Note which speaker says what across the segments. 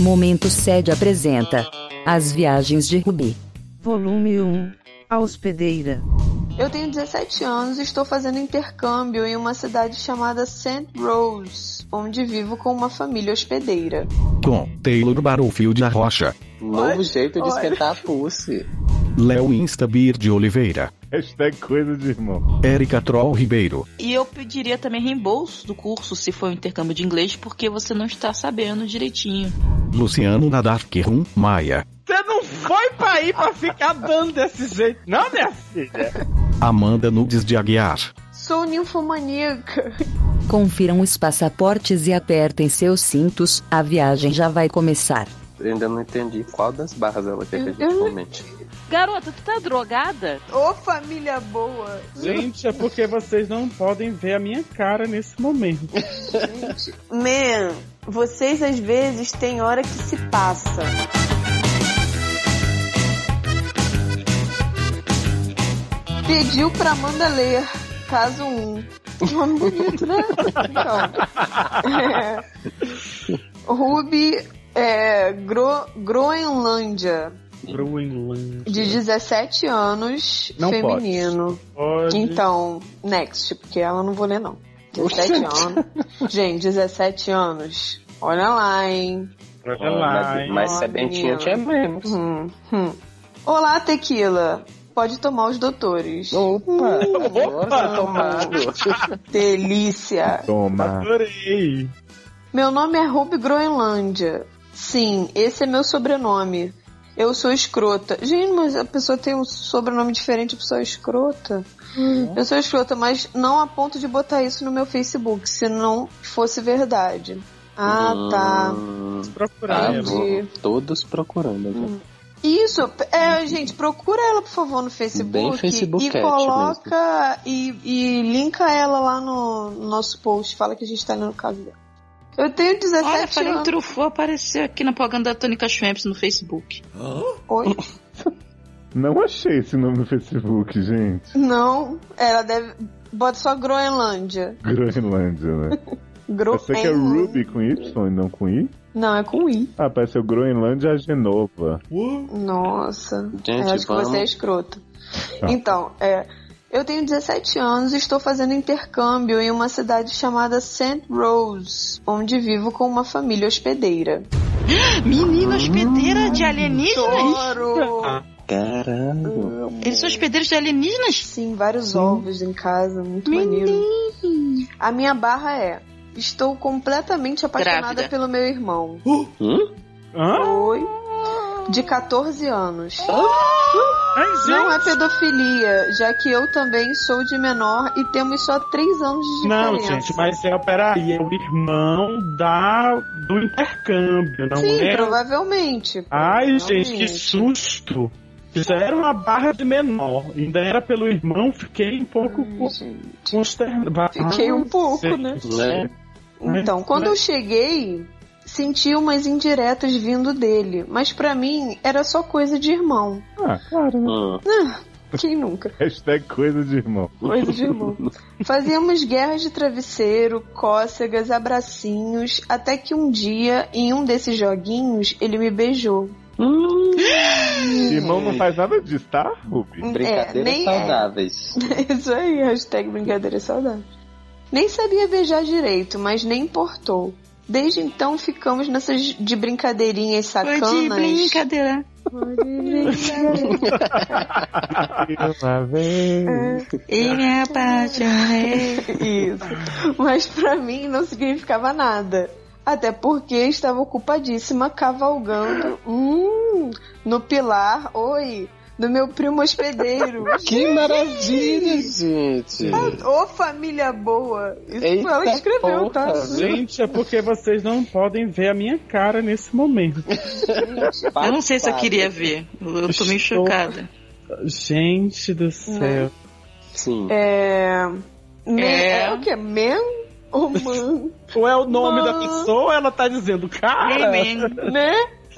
Speaker 1: Momento Sede apresenta As Viagens de Rubi.
Speaker 2: Volume 1 A Hospedeira.
Speaker 3: Eu tenho 17 anos e estou fazendo intercâmbio em uma cidade chamada St. Rose, onde vivo com uma família hospedeira.
Speaker 4: Com Taylor Barofield da Rocha,
Speaker 5: Novo
Speaker 3: Olha,
Speaker 5: jeito
Speaker 3: olha.
Speaker 5: de esquentar a pulse.
Speaker 4: Léo Instabir de Oliveira,
Speaker 6: Hashtag coisa de irmão.
Speaker 4: Érica Troll Ribeiro,
Speaker 7: E eu pediria também reembolso do curso se for um intercâmbio de inglês, porque você não está sabendo direitinho.
Speaker 4: Luciano Nadark Rum Maia,
Speaker 8: Você não foi pra ir pra ficar dando desse jeito, não, minha filha?
Speaker 4: Amanda Nudes de Aguiar,
Speaker 3: Sou ninfomaníaca.
Speaker 1: Confiram os passaportes e apertem seus cintos, a viagem já vai começar.
Speaker 5: Eu ainda não entendi qual das barras ela quer que a gente
Speaker 3: Eu-
Speaker 5: comente.
Speaker 7: Garota, tu tá drogada?
Speaker 3: Ô família boa.
Speaker 8: Gente, é porque vocês não podem ver a minha cara nesse momento.
Speaker 3: Man, vocês às vezes têm hora que se passa. Pediu pra Amanda ler, caso 1. Nome bonito, né? Então. É. Ruby é, Gro- Groenlândia,
Speaker 8: Groenland.
Speaker 3: de 17 anos,
Speaker 6: Não pode.
Speaker 3: feminino.
Speaker 8: Pode.
Speaker 3: Então, next, porque ela não vou ler, não. 17 anos. Gente, 17 anos. Olha lá, hein?
Speaker 6: Ah,
Speaker 8: Olha lá,
Speaker 5: mas
Speaker 8: hein?
Speaker 5: mas
Speaker 3: Ó,
Speaker 5: sebentinha
Speaker 3: menina.
Speaker 5: tinha menos. né?
Speaker 3: Hum, hum. Olá, tequila. Pode tomar os doutores.
Speaker 5: Opa!
Speaker 3: Opa.
Speaker 5: Nossa, tomado!
Speaker 3: Delícia.
Speaker 6: Toma.
Speaker 8: Adorei.
Speaker 3: Meu nome é Ruby Groenlândia. Sim, esse é meu sobrenome. Eu sou escrota. Gente, mas a pessoa tem um sobrenome diferente, a pessoa é escrota. Eu sou escrota, mas não a ponto de botar isso no meu Facebook, se não fosse verdade. Ah, tá.
Speaker 5: Hum,
Speaker 8: Procurar.
Speaker 5: tá
Speaker 3: Entendi. Hum.
Speaker 5: bom. Todos procurando. viu?
Speaker 3: Isso, é, gente, procura ela, por favor, no Facebook.
Speaker 5: Bem Facebook
Speaker 3: e
Speaker 5: Cat
Speaker 3: coloca e, e linka ela lá no, no nosso post. Fala que a gente tá lendo o caso dela. Eu tenho
Speaker 7: Olha,
Speaker 3: 17
Speaker 7: falei um
Speaker 3: anos.
Speaker 7: trufô, apareceu aqui na propaganda da Tônica Schwemps no Facebook.
Speaker 3: Oi?
Speaker 6: Não achei esse nome no Facebook, gente.
Speaker 3: Não, ela deve. Bota só Groenlândia.
Speaker 6: Groenlândia, né?
Speaker 3: Gro
Speaker 6: Eu sei que é Ruby com Y e não com I.
Speaker 3: Não, é com I.
Speaker 6: Ah, parece o Groenlândia a Genova.
Speaker 3: Nossa.
Speaker 5: Gente,
Speaker 3: eu acho
Speaker 5: vamos.
Speaker 3: que você é escroto.
Speaker 6: Tá.
Speaker 3: Então, é. Eu tenho 17 anos e estou fazendo intercâmbio em uma cidade chamada St. Rose, onde vivo com uma família hospedeira.
Speaker 7: Menina hospedeira de alienígenas?
Speaker 3: Adoro!
Speaker 8: Ah.
Speaker 5: Caralho!
Speaker 7: Hum. Eles são hospedeiros de alienígenas?
Speaker 3: Sim, vários ovos em casa, muito maneiro. A minha barra é: estou completamente apaixonada
Speaker 7: Grávida.
Speaker 3: pelo meu irmão.
Speaker 8: Uh!
Speaker 5: Hum?
Speaker 8: Hã?
Speaker 3: Oi. De 14 anos.
Speaker 8: Ai, gente.
Speaker 3: Não é pedofilia, já que eu também sou de menor e temos só 3 anos de diferença.
Speaker 8: Não, gente, mas é, peraí, é o irmão da, do intercâmbio, não
Speaker 3: Sim,
Speaker 8: é?
Speaker 3: provavelmente.
Speaker 8: Ai,
Speaker 3: Provavelmente.
Speaker 8: gente, que susto! Fizeram uma barra de menor, ainda era pelo irmão, fiquei um pouco
Speaker 3: Hum, gente,
Speaker 8: consternado. ah,
Speaker 3: Fiquei um pouco,
Speaker 8: Gente.
Speaker 3: né?
Speaker 5: Né?
Speaker 3: Então, quando eu cheguei, senti umas indiretas vindo dele, mas pra mim era só coisa de irmão.
Speaker 6: Ah, claro, né?
Speaker 5: Hum.
Speaker 3: Quem nunca?
Speaker 6: Hashtag coisa de irmão.
Speaker 3: Coisa de irmão. Fazíamos guerras de travesseiro, cócegas, abracinhos, até que um dia, em um desses joguinhos, ele me beijou.
Speaker 6: Irmão não faz nada disso, tá, Ruby?
Speaker 5: Brincadeiras
Speaker 3: nem é.
Speaker 5: saudáveis.
Speaker 3: Isso aí, hashtag brincadeira saudável. Nem sabia beijar direito, mas nem importou. Desde então ficamos nessas de brincadeirinhas
Speaker 7: Foi
Speaker 3: sacanas.
Speaker 7: de brincadeira. E me apaixonei.
Speaker 3: Isso. Mas pra mim não significava nada. Até porque estava ocupadíssima cavalgando
Speaker 5: Uh!
Speaker 3: hum, no pilar, oi, do meu primo hospedeiro.
Speaker 5: Que maravilha, gente!
Speaker 3: Ô família boa! Ah, Isso
Speaker 5: Eita
Speaker 3: ela escreveu,
Speaker 5: porra,
Speaker 3: tá?
Speaker 8: Gente, é porque vocês não podem ver a minha cara nesse momento.
Speaker 7: Eu não sei se eu queria ver. Eu eu tô meio
Speaker 8: Estou-
Speaker 7: chocada.
Speaker 8: Gente do céu.
Speaker 5: Sim.
Speaker 3: É. Man,
Speaker 7: É.
Speaker 3: é. o que? Man ou man?
Speaker 8: Ou é o nome
Speaker 3: Mãe.
Speaker 8: da pessoa, ou ela tá dizendo,
Speaker 7: Hey,
Speaker 8: cara,
Speaker 7: man.
Speaker 3: né?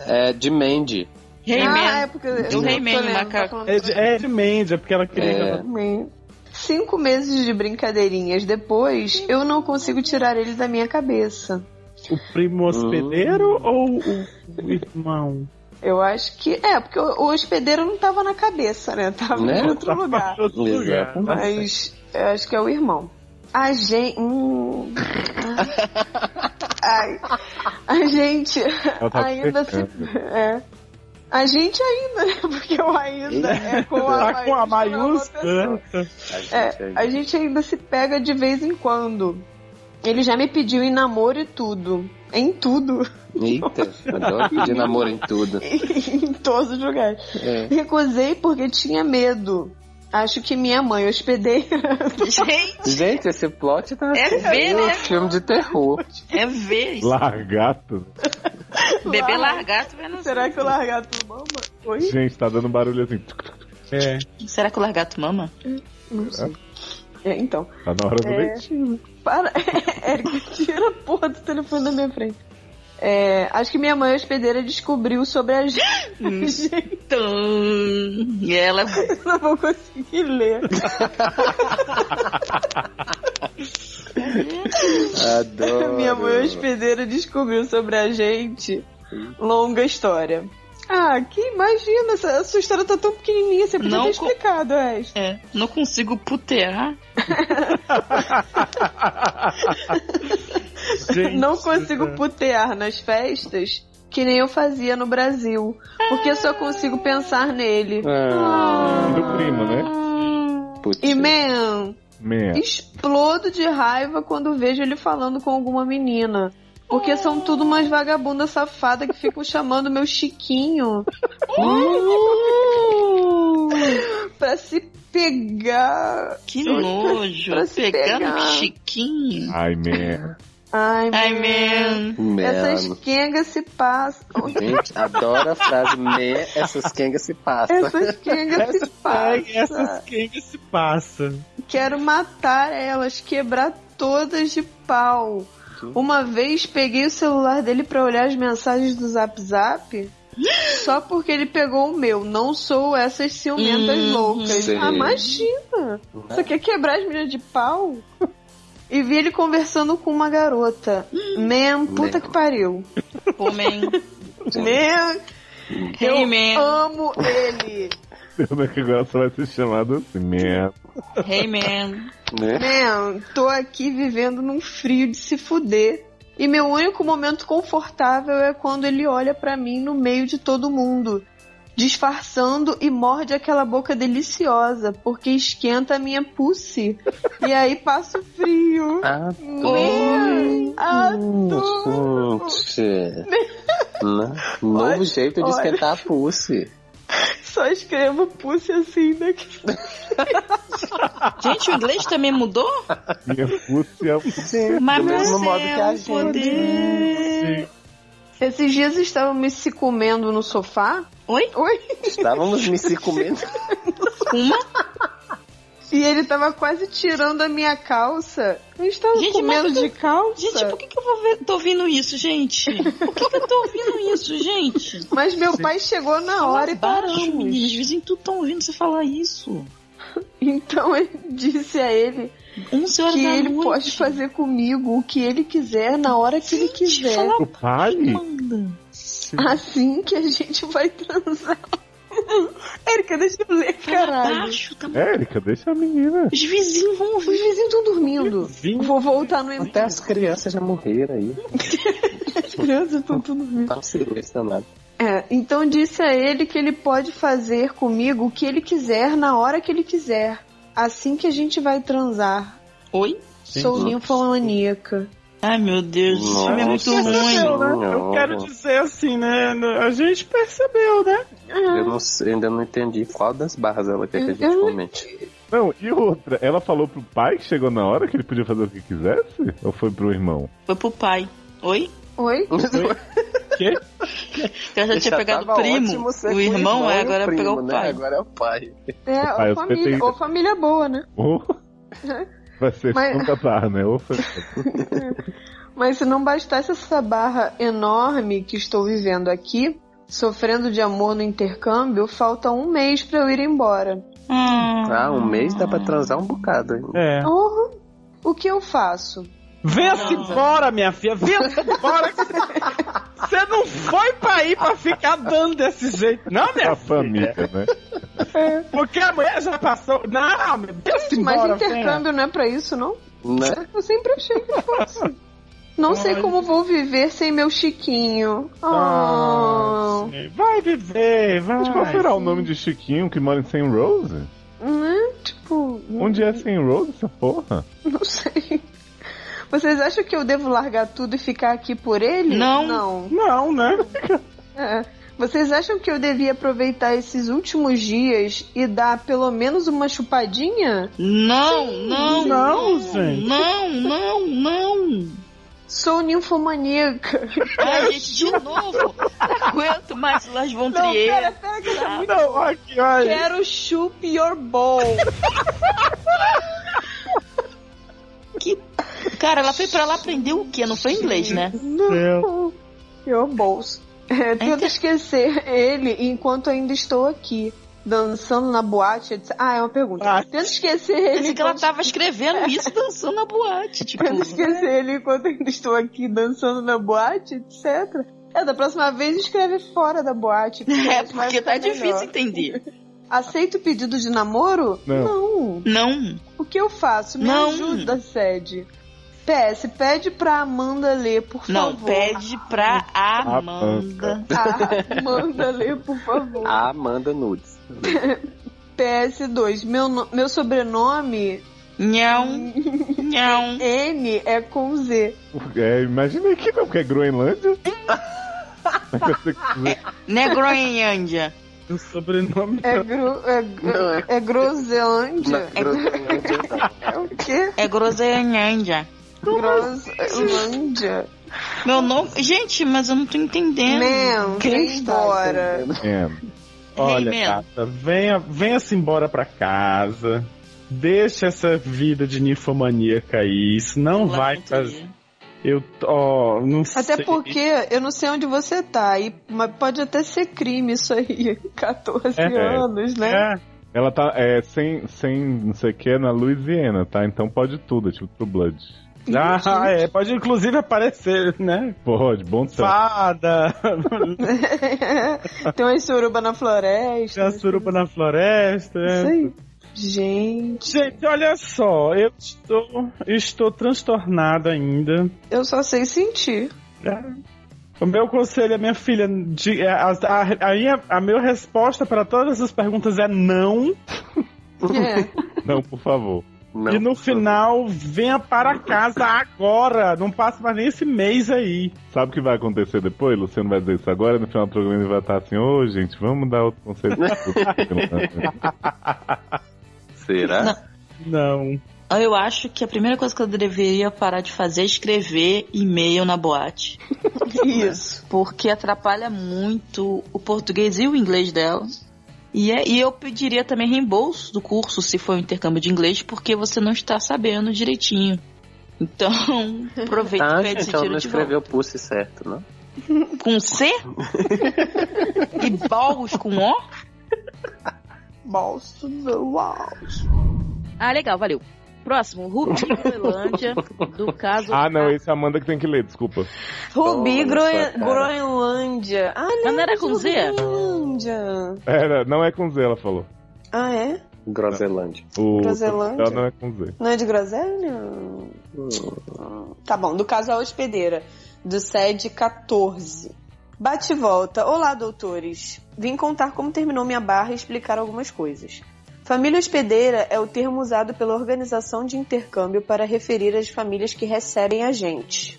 Speaker 5: É de Mandy.
Speaker 7: Hey,
Speaker 3: ah,
Speaker 7: man.
Speaker 3: é porque. eu
Speaker 7: Do
Speaker 3: tô
Speaker 7: He-Man,
Speaker 3: lendo,
Speaker 7: macaco.
Speaker 3: tá falando
Speaker 8: é de, é de Mandy, é porque ela queria...
Speaker 5: É.
Speaker 3: Amém. Cinco meses de brincadeirinhas depois, eu não consigo tirar ele da minha cabeça.
Speaker 8: O primo hospedeiro ou o, o irmão?
Speaker 3: Eu acho que. É, porque o, o hospedeiro não tava na cabeça, né? Tava
Speaker 5: Né?
Speaker 3: em
Speaker 8: Tá
Speaker 3: outro lugar.
Speaker 8: Em outro lugar.
Speaker 5: Exato.
Speaker 3: Mas eu acho que é o irmão. A gente. Hum. Ai. A gente
Speaker 6: Ela tá
Speaker 3: ainda se.
Speaker 6: pecando.
Speaker 3: É. A gente ainda, né? Porque o ainda é com a
Speaker 8: Tá com a
Speaker 3: maiúscula.
Speaker 8: maiúscula.
Speaker 5: A gente
Speaker 3: É, a gente ainda se pega de vez em quando. Ele já me pediu em namoro e tudo. Em tudo.
Speaker 5: Eita, adoro pedir namoro em tudo.
Speaker 3: em todos os lugares.
Speaker 5: É.
Speaker 3: Recusei porque tinha medo. Acho que minha mãe hospedeira.
Speaker 7: Gente,
Speaker 5: Gente, esse plot tá
Speaker 7: É
Speaker 5: assim,
Speaker 7: ver, né?
Speaker 5: filme de terror.
Speaker 7: é ver isso.
Speaker 6: Largato.
Speaker 7: Bebê largato vendo
Speaker 3: Será que o largato mama? Oi?
Speaker 6: Gente, tá dando barulho assim. tuc, tuc, tuc.
Speaker 8: É.
Speaker 7: Será que o largato mama?
Speaker 3: Não sei. É, então.
Speaker 6: Tá na hora do
Speaker 3: É.
Speaker 6: leitinho.
Speaker 3: Para, Eric, tira a porra do telefone da minha frente. É, acho que minha mãe hospedeira descobriu sobre a gente.
Speaker 7: Tum. Então, E ela.
Speaker 3: Não vou conseguir ler.
Speaker 5: Adoro.
Speaker 3: Minha mãe hospedeira descobriu sobre a gente. Longa história. Ah, que imagina, essa, essa história tá tão pequenininha, você podia
Speaker 7: Não
Speaker 3: ter
Speaker 7: co-
Speaker 3: explicado, Ash.
Speaker 7: É, não consigo putear.
Speaker 8: Gente, é.
Speaker 3: Não consigo
Speaker 7: é.
Speaker 3: putear nas festas que nem eu fazia no Brasil, porque só consigo pensar nele.
Speaker 5: Ah,
Speaker 6: Do primo, né?
Speaker 5: putz.
Speaker 3: E, man,
Speaker 6: Man.
Speaker 3: explodo de raiva quando vejo ele falando com alguma menina. Porque são tudo umas vagabundas safadas que ficam chamando meu Chiquinho pra se pegar.
Speaker 7: Que nojo.
Speaker 3: Pra se
Speaker 7: Pegando
Speaker 3: pegar.
Speaker 7: chiquinho.
Speaker 6: Ai, man.
Speaker 3: Ai,
Speaker 7: Ai,
Speaker 3: man.
Speaker 7: man.
Speaker 5: Mano.
Speaker 3: Essas quengas se passam.
Speaker 5: Gente, adoro a frase me, essas quengas se passam.
Speaker 3: Essas quengas se
Speaker 8: Ai,
Speaker 3: passam.
Speaker 8: essas quengas se passa.
Speaker 3: Quero matar elas, quebrar todas de pau. Uma vez peguei o celular dele pra olhar as mensagens do Zap Zap. Só porque ele pegou o meu. Não sou essas ciumentas
Speaker 7: Hum,
Speaker 3: loucas.
Speaker 5: sei.
Speaker 3: Ah, imagina! Você quer quebrar as meninas de pau? E vi ele conversando com uma garota. Man, puta
Speaker 5: Legal.
Speaker 3: que pariu.
Speaker 7: Homem.
Speaker 3: Man,
Speaker 7: Oh, Hey, man.
Speaker 3: amo ele.
Speaker 6: Pena é que agora só vai ser chamado assim. Man.
Speaker 7: Hey, man.
Speaker 5: Né?
Speaker 3: Man, tô aqui vivendo num frio de se fuder. E meu único momento confortável é quando ele olha pra mim no meio de todo mundo, disfarçando e morde aquela boca deliciosa, porque esquenta a minha pussy. E aí passo frio.
Speaker 7: Oh.
Speaker 3: Ah, Man, adoro.
Speaker 5: Adoro. Gente. Né? Novo
Speaker 3: Olha,
Speaker 5: jeito
Speaker 3: olha.
Speaker 5: de esquentar a pulse.
Speaker 3: Só escrevo pussy assim, né?
Speaker 7: Gente, o inglês também mudou?
Speaker 6: Minha é fúcia.
Speaker 7: Mas
Speaker 5: Do mesmo
Speaker 7: você
Speaker 5: modo que a
Speaker 7: é um
Speaker 5: gente.
Speaker 7: poder.
Speaker 3: Esses dias estávamos se comendo no sofá.
Speaker 7: Oi?
Speaker 3: Oi?
Speaker 5: Estávamos me se comendo.
Speaker 7: Uma?
Speaker 3: E ele tava quase tirando a minha calça. A gente tava
Speaker 7: Gente,
Speaker 3: comendo
Speaker 7: mas tu-
Speaker 3: de calça.
Speaker 7: Gente, por que, que eu vou ver- tô ouvindo isso, gente? Por que, que eu tô ouvindo isso, gente?
Speaker 3: Mas meu pai chegou na hora e tá
Speaker 7: Baixo,
Speaker 3: paramos.
Speaker 7: meninas. Os vizinhos tudo estão ouvindo você falar isso.
Speaker 3: Então eu disse a ele
Speaker 7: 11 horas
Speaker 3: que
Speaker 7: da
Speaker 3: ele
Speaker 7: noite.
Speaker 3: pode fazer comigo o que ele quiser, na hora que ele quiser.
Speaker 6: O pai?
Speaker 7: Manda.
Speaker 3: Assim que a gente vai transar. Érica, deixa eu ler, caralho.
Speaker 7: Baixo, tá...
Speaker 6: Érica, deixa a menina.
Speaker 7: Os vizinhos vão
Speaker 3: Os
Speaker 7: ouvir.
Speaker 3: vizinhos estão dormindo.
Speaker 8: Vizinho.
Speaker 3: Vou voltar no
Speaker 5: Até as crianças já morreram aí.
Speaker 3: As crianças estão tudo dormindo.
Speaker 5: Tá um silêncio danado.
Speaker 3: É, então disse a ele que ele pode fazer comigo o que ele quiser na hora que ele quiser. Assim que a gente vai transar.
Speaker 7: Oi?
Speaker 3: Sou ninfomaníaca.
Speaker 7: Ai, meu Deus, esse filme é muito
Speaker 5: Nossa.
Speaker 7: ruim.
Speaker 8: né? Eu quero dizer assim, né? A gente percebeu, né?
Speaker 5: Eu não sei, ainda não entendi qual das barras ela quer que a gente
Speaker 3: Eu-
Speaker 5: comente.
Speaker 6: Não, e outra, ela falou pro pai que chegou na hora que ele podia fazer o que quisesse? Ou foi pro irmão?
Speaker 7: Foi pro pai. Oi?
Speaker 3: Oi?
Speaker 7: Uhum. Eu já tinha
Speaker 5: Já
Speaker 7: pegado o
Speaker 5: tava
Speaker 7: primo.
Speaker 5: ótimo ser
Speaker 7: O
Speaker 5: com
Speaker 7: irmão, é,
Speaker 5: e
Speaker 7: agora
Speaker 5: primo,
Speaker 7: pegar o
Speaker 5: né?
Speaker 7: pai.
Speaker 5: Agora é o pai.
Speaker 3: É,
Speaker 6: Pai,
Speaker 3: ou
Speaker 6: os
Speaker 3: família,
Speaker 6: pretendentes.
Speaker 3: ou família boa, né?
Speaker 6: Ou... Vai ser
Speaker 3: Mas-
Speaker 6: Mas... barra, né? Ou foi...
Speaker 3: Mas se não bastasse essa barra enorme que estou vivendo aqui, sofrendo de amor no intercâmbio, falta um mês pra eu ir embora.
Speaker 7: Ah,
Speaker 5: Ah, um mês dá pra transar um bocado. hein?
Speaker 8: É.
Speaker 3: Porra, o que eu faço?
Speaker 8: Vê-se embora, minha filha. Vê-se embora. Você não foi pra ir pra ficar dando desse jeito, não, minha
Speaker 6: A
Speaker 8: filha.
Speaker 6: família, né?
Speaker 8: Porque a mulher já passou. Não, meu Deus,
Speaker 3: Mas
Speaker 8: embora,
Speaker 3: intercâmbio não é pra isso, não?
Speaker 5: Né?
Speaker 3: Eu sempre achei que fosse. Não sei como vou viver sem meu Chiquinho. Ah,
Speaker 8: Ah, sim. Vai viver, vai.
Speaker 6: Mas qual será o nome de Chiquinho que mora em Saint Rose?
Speaker 3: né? Tipo,
Speaker 6: Onde é Saint Rose, essa porra?
Speaker 3: não sei. Vocês acham que eu devo largar tudo e ficar aqui por ele?
Speaker 7: Não.
Speaker 3: Não.
Speaker 8: Não, né?
Speaker 3: É. Vocês acham que eu devia aproveitar esses últimos dias e dar pelo menos uma chupadinha?
Speaker 7: Não, não,
Speaker 8: Não, gente.
Speaker 7: não, não, não.
Speaker 3: Sou ninfomaníaca.
Speaker 7: Ai, gente, de novo. Não aguento mais o Lars von
Speaker 3: Não,
Speaker 7: Trier.
Speaker 3: pera, pera que tá muito...
Speaker 8: Não, aqui, olha.
Speaker 3: Quero chup your ball.
Speaker 7: Cara, ela foi pra lá aprender o quê? Não foi inglês, né?
Speaker 3: Não. Your balls. É, tento
Speaker 7: Então-
Speaker 3: esquecer ele enquanto ainda estou aqui. Dançando na boate, etc. Ah, é uma pergunta.
Speaker 8: Ah.
Speaker 3: Tento esquecer ele.
Speaker 7: Pensei que ela
Speaker 3: Enquanto...
Speaker 7: tava escrevendo isso e dançando na boate. Tipo,
Speaker 3: Tento esquecer ele enquanto ainda estou aqui dançando na boate, etc. É, da próxima vez escreve fora da boate.
Speaker 7: é,
Speaker 3: isso vai
Speaker 7: porque tá
Speaker 3: ficar melhor.
Speaker 7: difícil entender.
Speaker 3: Aceito o pedido de namoro?
Speaker 6: Não.
Speaker 3: Não.
Speaker 7: Não.
Speaker 3: O que eu faço? Me
Speaker 7: Não.
Speaker 3: ajuda, Sede. PS, pede pra Amanda ler, por
Speaker 7: Não,
Speaker 3: favor.
Speaker 7: pede pra Amanda.
Speaker 3: Ah, Amanda ler, por favor.
Speaker 5: A Amanda Nudes.
Speaker 3: PS2, meu, no- meu sobrenome
Speaker 7: Nhão, nhão.
Speaker 3: N é com Z.
Speaker 6: É, imaginei que não, porque é Groenlândia.
Speaker 7: Né, Groenlândia?
Speaker 8: O sobrenome
Speaker 3: É, gro, é,
Speaker 5: Não,
Speaker 3: gro- é Groselândia?
Speaker 5: Na Groenlândia, não.
Speaker 3: É o quê?
Speaker 7: É Grosenlândia.
Speaker 3: Groselândia?
Speaker 7: Meu nome. Gente, mas eu não tô entendendo.
Speaker 3: Man, vem
Speaker 5: está
Speaker 3: embora.
Speaker 5: entendendo?
Speaker 6: É.
Speaker 8: Olha,
Speaker 7: Hey, man.
Speaker 8: Cata, venha, venha-se embora pra casa. Deixa essa vida de ninfomaníaca aí. Isso não
Speaker 7: Lars
Speaker 8: vai
Speaker 7: von Trier.
Speaker 8: fazer. Eu, ó, não sei.
Speaker 3: é Até porque eu não sei onde você tá, e, mas pode até ser crime isso aí. 14
Speaker 8: É.
Speaker 3: anos, né?
Speaker 8: É,
Speaker 6: Ela tá é, sem, sem não sei o que na Louisiana, tá? Então pode tudo, é tipo True Blood.
Speaker 8: ah, é, pode inclusive aparecer, né?
Speaker 6: Pode, bom tempo.
Speaker 8: Fada,
Speaker 3: Tem uma suruba na floresta.
Speaker 8: já suruba na floresta. é.
Speaker 3: Isso aí. Gente,
Speaker 8: Gente, olha só, eu estou, estou transtornada ainda.
Speaker 3: eu só sei sentir.
Speaker 8: O meu conselho é minha filha, de- a, a, a minha, a minha resposta para todas essas perguntas é não.
Speaker 3: É.
Speaker 6: Não, por favor.
Speaker 5: Não.
Speaker 8: E no final, venha para casa agora. Não passa mais nem esse mês aí.
Speaker 6: Sabe o que vai acontecer depois? Luciano vai dizer isso agora, no final do programa ele vai estar assim, ô gente, vamos dar outro conselho. pra vocês."
Speaker 5: Será?
Speaker 8: Não.
Speaker 7: Eu acho que a primeira coisa que eu deveria parar de fazer é escrever e-mail na boate. Né? É.
Speaker 3: Isso.
Speaker 7: Porque atrapalha muito o português e o inglês dela. E, é- e eu pediria também reembolso do curso, se for um intercâmbio de inglês, porque você não está sabendo direitinho. Então, aproveita
Speaker 5: Ah,
Speaker 7: e pede
Speaker 5: gente,
Speaker 7: esse
Speaker 5: ela não
Speaker 7: tiro de volta.
Speaker 5: escreveu o pulse certo, não?
Speaker 7: Com C? e balls com O?
Speaker 3: Balso do uau.
Speaker 9: Ah, legal, valeu. Próximo, Rubi Groenlândia, do caso.
Speaker 6: ah, não, esse é a Amanda que tem que ler, desculpa.
Speaker 3: Rubi
Speaker 5: Nossa,
Speaker 3: Groen-
Speaker 5: cara.
Speaker 3: Groenlândia. Ah, não.
Speaker 9: Mas não era com
Speaker 3: mas
Speaker 9: Z?
Speaker 3: Groenlândia.
Speaker 6: Era, não é com Z, ela falou.
Speaker 3: Ah, é?
Speaker 5: Groselândia.
Speaker 6: O,
Speaker 3: Groselândia?
Speaker 6: Ela não é com Z.
Speaker 3: Não é de Groselha? Tá bom, do caso a hospedeira, do SED 14. Bate e volta. Olá, doutores. Vim contar como terminou minha barra e explicar algumas coisas. Família hospedeira é o termo usado pela organização de intercâmbio para referir as famílias que recebem a gente.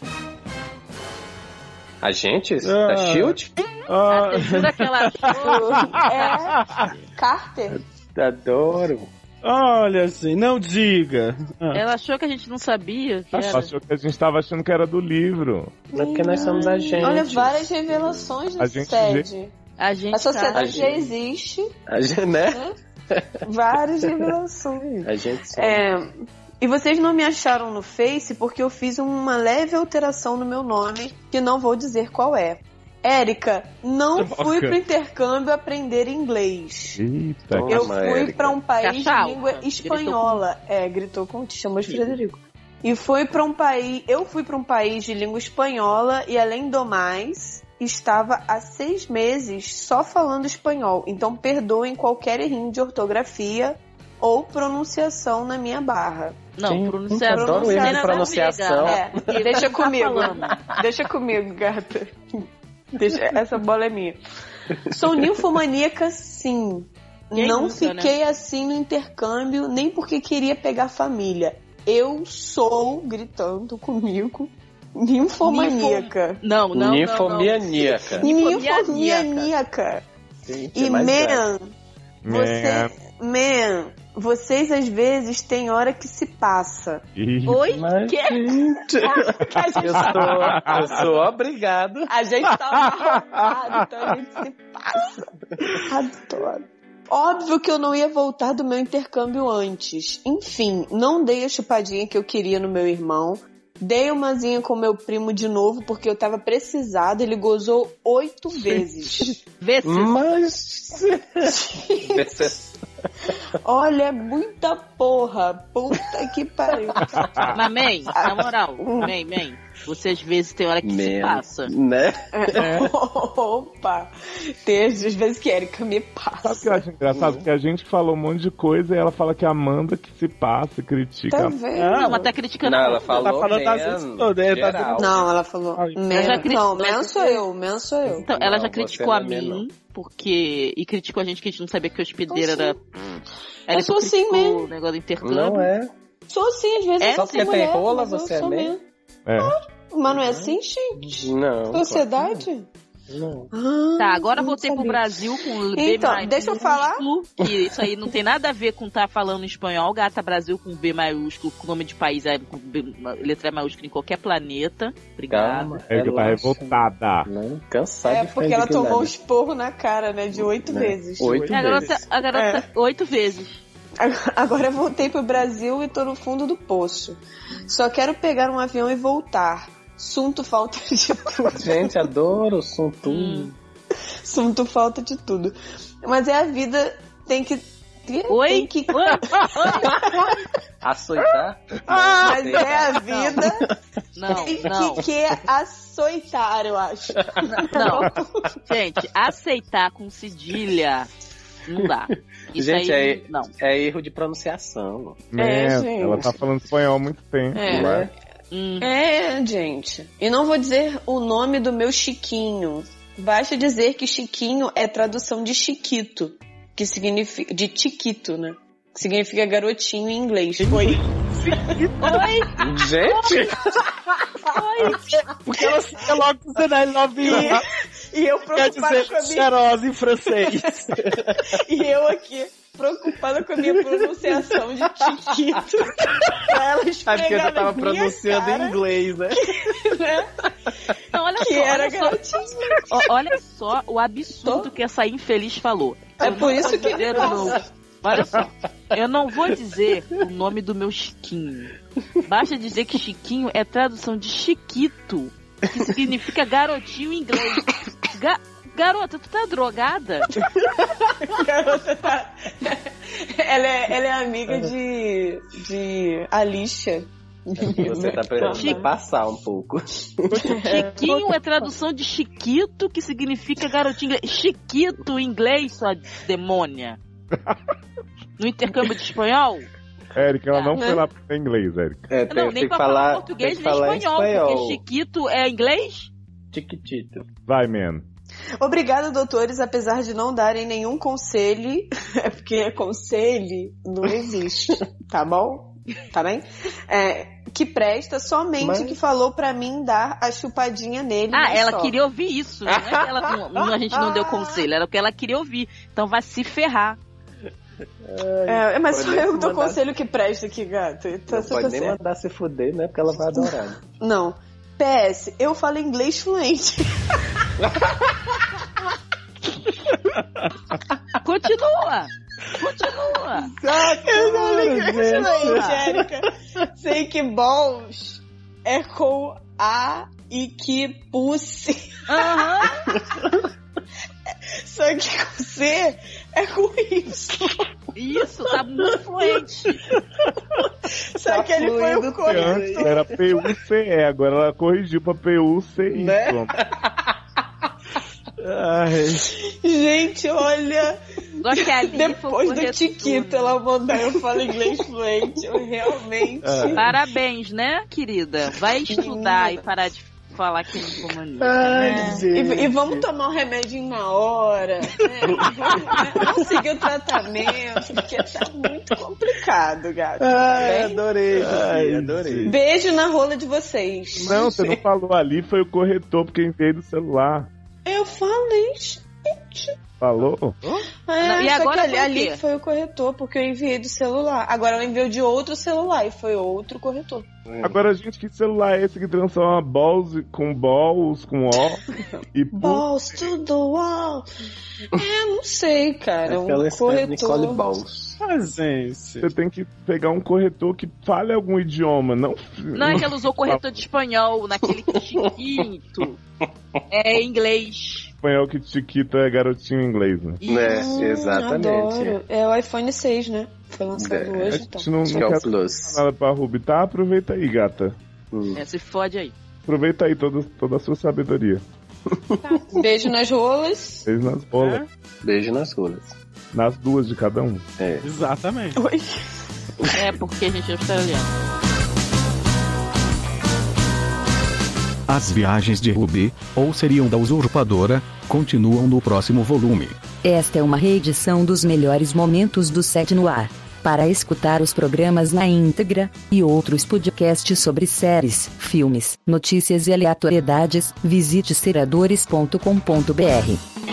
Speaker 5: A gente?
Speaker 8: Ah.
Speaker 5: Da Shield?
Speaker 9: A
Speaker 8: Ah,
Speaker 9: terceira que ela achou.
Speaker 3: é Carter?
Speaker 5: Tá Adoro.
Speaker 8: olha assim, não diga.
Speaker 7: Ah.
Speaker 9: Ela achou que a gente não sabia que era.
Speaker 6: Achou que a gente tava achando que era do livro.
Speaker 5: Não é porque nós somos a gente.
Speaker 3: Olha, várias revelações
Speaker 6: A
Speaker 3: do
Speaker 6: gente
Speaker 3: SED.
Speaker 9: A gente
Speaker 3: A
Speaker 9: tá-
Speaker 3: sociedade
Speaker 5: sabe.
Speaker 3: já existe.
Speaker 5: A gente, né?
Speaker 3: Várias revelações.
Speaker 5: A gente somos.
Speaker 3: É, e vocês não me acharam no Face porque eu fiz uma leve alteração no meu nome, que não vou dizer qual é. Érica, não
Speaker 8: Droga.
Speaker 3: fui pro intercâmbio aprender inglês.
Speaker 6: Eita,
Speaker 5: Toma,
Speaker 3: Eu fui
Speaker 5: Érica.
Speaker 3: pra um país
Speaker 9: Cachau.
Speaker 3: de língua espanhola. É, gritou com te chamou de Frederico. E foi para um país. Eu fui para um país de língua espanhola e, além do mais, estava há seis meses só falando espanhol. Então, perdoem qualquer errinho de ortografia ou pronunciação na minha barra.
Speaker 7: Não,
Speaker 5: Sim,
Speaker 7: pronunciar
Speaker 5: adoro erro de
Speaker 7: pronunciar é na
Speaker 5: pronunciação.
Speaker 7: navega.
Speaker 3: É, deixa
Speaker 7: Tá
Speaker 3: comigo.
Speaker 7: falando.
Speaker 3: Deixa comigo, gata. Deixa- essa bola é minha. Sou ninfomaníaca, sim.
Speaker 7: Quem
Speaker 3: não
Speaker 7: nunca,
Speaker 3: fiquei assim no intercâmbio, nem porque queria pegar família. Eu sou, gritando comigo, ninfomaníaca.
Speaker 7: Não, não,
Speaker 5: Ninfomaníaca.
Speaker 3: Ninfomaníaca.
Speaker 5: Gente,
Speaker 3: E,
Speaker 5: mas é.
Speaker 3: man, você, man, vocês às vezes têm hora que se passa.
Speaker 6: Ih,
Speaker 7: não. Oi?
Speaker 5: Mas,
Speaker 7: Que?
Speaker 5: gente,
Speaker 3: A gente
Speaker 5: eu sou, eu sou obrigado.
Speaker 3: A gente tava arrumado, então a gente se passa. Adoro. Óbvio que eu não ia voltar do meu intercâmbio antes. Enfim, não dei a chupadinha que eu queria no meu irmão. Dei umazinha com meu primo de novo porque eu tava precisada. Ele gozou oito vezes.
Speaker 7: Vê se
Speaker 5: Hum. Mas.
Speaker 3: Olha, é muita porra. Puta que pariu.
Speaker 7: Mas, man, na moral, man, man, você às vezes tem hora que se
Speaker 5: Man.
Speaker 7: passa.
Speaker 5: né?
Speaker 6: É.
Speaker 3: Opa! Tem as duas vezes que Erika me passa.
Speaker 6: Sabe o que eu acho engraçado? Que a gente falou um monte de coisa e ela fala que é a Amanda que se passa, critica.
Speaker 3: Tá
Speaker 6: a
Speaker 3: vendo?
Speaker 8: Não,
Speaker 7: Não, mas tá criticando.
Speaker 5: Não, ela
Speaker 7: tudo.
Speaker 5: falou.
Speaker 8: Tá falando das
Speaker 5: man,
Speaker 8: vezes todas, é, tá
Speaker 5: geral.
Speaker 3: Não, ela falou.
Speaker 8: Ai,
Speaker 3: Men.
Speaker 7: já criti-
Speaker 3: Não,
Speaker 7: ela
Speaker 3: men sou eu, men sou eu.
Speaker 7: Então, ela
Speaker 5: Não,
Speaker 7: já
Speaker 5: você
Speaker 7: criticou
Speaker 5: não é
Speaker 7: a mim,
Speaker 5: man,
Speaker 7: porque. E criticou a gente que a gente não sabia que a hospedeira
Speaker 3: Eu sou.
Speaker 7: era. Ela
Speaker 3: Eu sou assim
Speaker 7: criticou
Speaker 3: mesmo.
Speaker 7: O negócio do intercâmbio.
Speaker 5: Não é.
Speaker 3: Sou sim, às vezes
Speaker 7: É
Speaker 3: eu
Speaker 7: só
Speaker 3: sou
Speaker 5: porque tem
Speaker 3: mulher,
Speaker 5: rola,
Speaker 3: mas eu
Speaker 5: você é
Speaker 3: sou
Speaker 5: meio?
Speaker 3: men.
Speaker 6: É.
Speaker 9: Ah.
Speaker 3: Mas não é assim, gente?
Speaker 5: Não.
Speaker 3: Sociedade?
Speaker 5: Não.
Speaker 3: Ah,
Speaker 7: Tá, agora
Speaker 3: não
Speaker 7: voltei pro
Speaker 3: sabia.
Speaker 7: Brasil com o B
Speaker 3: Então,
Speaker 7: maiúsculo.
Speaker 3: deixa eu falar.
Speaker 7: Que isso aí não tem nada a ver com tá falando espanhol. Gata Brasil com B maiúsculo, com nome de país, é, com B, ma- letra maiúscula em qualquer planeta. Obrigada.
Speaker 5: Calma.
Speaker 6: É que tá
Speaker 5: relaxa.
Speaker 6: revoltada.
Speaker 5: Não, cansado
Speaker 3: É
Speaker 5: de
Speaker 3: porque ela tomou um
Speaker 5: os
Speaker 3: esporro na cara, né? De oito vezes.
Speaker 5: Oito
Speaker 7: A garota,
Speaker 5: vezes.
Speaker 7: a garota oito vezes.
Speaker 3: Agora eu voltei pro Brasil e tô no fundo do poço. Só quero pegar um avião e voltar. Sunto falta de tudo.
Speaker 5: Gente, adoro o Suntum.
Speaker 3: Sunto falta de tudo. Mas é a vida, tem que.
Speaker 7: Oi?
Speaker 3: Tem que
Speaker 7: Oi?
Speaker 5: Açoitar?
Speaker 3: Mas é a vida.
Speaker 7: Não,
Speaker 3: tem
Speaker 7: não,
Speaker 3: que, que açoitar, eu acho.
Speaker 7: não. Gente, aceitar com cedilha não dá. Isso
Speaker 5: Gente,
Speaker 7: aí, não.
Speaker 5: É erro de pronunciação.
Speaker 6: Né?
Speaker 3: É, gente.
Speaker 6: ela tá falando espanhol há muito tempo.
Speaker 3: É.
Speaker 6: né?
Speaker 7: Hum,
Speaker 3: É, gente. E não vou dizer o nome do meu Chiquinho. Basta dizer que Chiquinho é tradução de Chiquito, que significa de Chiquito, né? Que significa garotinho em inglês. Foi.
Speaker 5: Gente!
Speaker 8: Porque ela fica logo dizendo I love you.
Speaker 3: E eu
Speaker 8: Quer
Speaker 3: preocupada com a
Speaker 8: dizer
Speaker 3: minha,
Speaker 8: cheirosa em francês.
Speaker 3: e eu aqui preocupada com a minha pronunciação de Chiquito. pra ela
Speaker 5: Sabe que É eu já
Speaker 3: esfregar
Speaker 5: tava
Speaker 3: na minha
Speaker 5: pronunciando
Speaker 3: cara,
Speaker 5: em inglês, né?
Speaker 3: né?
Speaker 7: Não, olha
Speaker 3: Que
Speaker 7: só,
Speaker 3: era
Speaker 7: olha só,
Speaker 3: garotinho.
Speaker 7: Ó, olha só o absurdo que essa infeliz falou.
Speaker 3: É
Speaker 7: Eu
Speaker 3: por
Speaker 7: não
Speaker 3: isso
Speaker 7: vou
Speaker 3: que-
Speaker 7: dizer o nome. Olha só, eu não vou dizer o nome do meu Chiquinho. Basta dizer que Chiquinho é tradução de Chiquito, que significa garotinho em inglês. Ga- garota, tu tá drogada?
Speaker 3: garota tá. Ela é, ela é amiga de. de. Alicia.
Speaker 5: Você
Speaker 7: Chique.
Speaker 5: tá precisando passar um pouco.
Speaker 7: Chiquinho é tradução de Chiquito, que significa garotinho em inglês. Chiquito em inglês, sua demônia. No intercâmbio de espanhol?
Speaker 6: Érica, ela não
Speaker 3: Né?
Speaker 6: foi lá pra aprender inglês, Érica.
Speaker 5: É,
Speaker 7: Não,
Speaker 5: tem,
Speaker 7: nem
Speaker 5: tem que
Speaker 7: pra falar
Speaker 5: falar, tem
Speaker 7: português, nem
Speaker 5: que falar em
Speaker 7: espanhol, porque
Speaker 5: espanhol.
Speaker 7: Chiquito é inglês?
Speaker 5: Chiquitito.
Speaker 6: Vai, man.
Speaker 3: Obrigada, doutores, apesar de não darem nenhum conselho, é porque conselho não existe, tá bom? Tá bem? É, que presta somente
Speaker 5: Mas-
Speaker 3: que falou pra mim dar a chupadinha nele.
Speaker 7: Ah,
Speaker 3: mas
Speaker 7: ela
Speaker 3: é só.
Speaker 7: queria ouvir isso. Não é que ela não- não- a gente não deu conselho, era o que ela queria ouvir. Então vai se ferrar.
Speaker 3: É, mas
Speaker 5: Pode
Speaker 3: só
Speaker 5: nem
Speaker 3: eu dou
Speaker 5: mandar-
Speaker 3: conselho que presta aqui, gato. Então,
Speaker 5: Não
Speaker 3: você
Speaker 5: pode
Speaker 3: tá
Speaker 5: nem
Speaker 3: certo.
Speaker 5: mandar se fuder, né? Porque ela vai adorar.
Speaker 3: Não. PS, eu falo inglês fluente.
Speaker 7: Continua! Continua!
Speaker 3: Eu falo inglês
Speaker 5: gente.
Speaker 3: fluente, Érica. Sei que balls é com A e que pussy.
Speaker 7: Aham!
Speaker 3: Só que com C é com Y.
Speaker 7: Isso, tá muito fluente.
Speaker 3: Só pensar
Speaker 5: tá
Speaker 3: que ele foi
Speaker 5: fluido
Speaker 3: o
Speaker 6: Antes
Speaker 3: corretor.
Speaker 6: era PUCE, agora ela corrigiu pra PUCI.
Speaker 5: Né?
Speaker 8: Ai,
Speaker 3: Gente, olha,
Speaker 9: Só que ali foi o
Speaker 3: depois do
Speaker 9: corretor, né?
Speaker 3: Tiquita ela mandou eu falo inglês fluente. Eu realmente.
Speaker 5: É,
Speaker 9: Parabéns, né, querida? Vai estudar e parar de falar
Speaker 7: é
Speaker 9: que
Speaker 7: um
Speaker 9: não comunista.
Speaker 5: Ai,
Speaker 3: né?
Speaker 5: gente.
Speaker 3: E, e vamos tomar um remedinho na hora, né? Vamos, né? Vamos seguir o tratamento, porque tá muito complicado, gato.
Speaker 5: Ai, adorei,
Speaker 8: Ai,
Speaker 5: Sofia, adorei.
Speaker 3: Beijo na rola de vocês.
Speaker 6: Não, você não falou ali, foi o corretor, porque eu enviei do celular.
Speaker 3: Eu falei.
Speaker 6: Falou?
Speaker 3: É,
Speaker 9: Não, e
Speaker 3: só
Speaker 9: agora foi
Speaker 3: que ali,
Speaker 9: o
Speaker 3: ali
Speaker 9: quê?
Speaker 3: foi o corretor, porque eu enviei do celular. Agora ela enviou de outro celular e foi outro corretor.
Speaker 6: Agora, gente, que celular é esse que transforma balls com balls, com O e pu-
Speaker 3: Balls to the wall. É, não sei, cara.
Speaker 5: Essa
Speaker 3: um
Speaker 5: é a Nicole
Speaker 3: corretor.
Speaker 5: Balls.
Speaker 8: ai, gente.
Speaker 6: Você tem que pegar um corretor que fale algum idioma, não.
Speaker 9: Não é que ela usou corretor de espanhol naquele chiquito. É inglês.
Speaker 6: espanhol que Chiquita é garotinho em inglês, né?
Speaker 9: Ih,
Speaker 5: Né?
Speaker 3: Hum,
Speaker 5: Exatamente.
Speaker 3: Adoro. É o iPhone 6, né? Foi lançado
Speaker 5: É,
Speaker 6: A
Speaker 3: hoje, então.
Speaker 6: gente não, não
Speaker 5: Acho que é o
Speaker 6: quer
Speaker 5: plus.
Speaker 6: nada pra Ruby, tá? Aproveita aí, gata.
Speaker 5: Hum.
Speaker 9: É, se fode aí.
Speaker 6: Aproveita aí toda, toda a sua sabedoria.
Speaker 5: tipo-
Speaker 3: Beijo nas rolas.
Speaker 6: Fez nas bolas.
Speaker 5: Beijo nas rolas.
Speaker 6: Nas duas de cada um.
Speaker 5: É.
Speaker 8: Exatamente.
Speaker 3: Oi.
Speaker 9: É porque a gente é australiano.
Speaker 4: As viagens de Ruby, ou seriam da usurpadora, continuam no próximo volume.
Speaker 1: Esta é uma reedição dos melhores momentos do Set no Ar. Para escutar os programas na íntegra e outros podcasts sobre séries, filmes, notícias e aleatoriedades, visite seradores.com.br.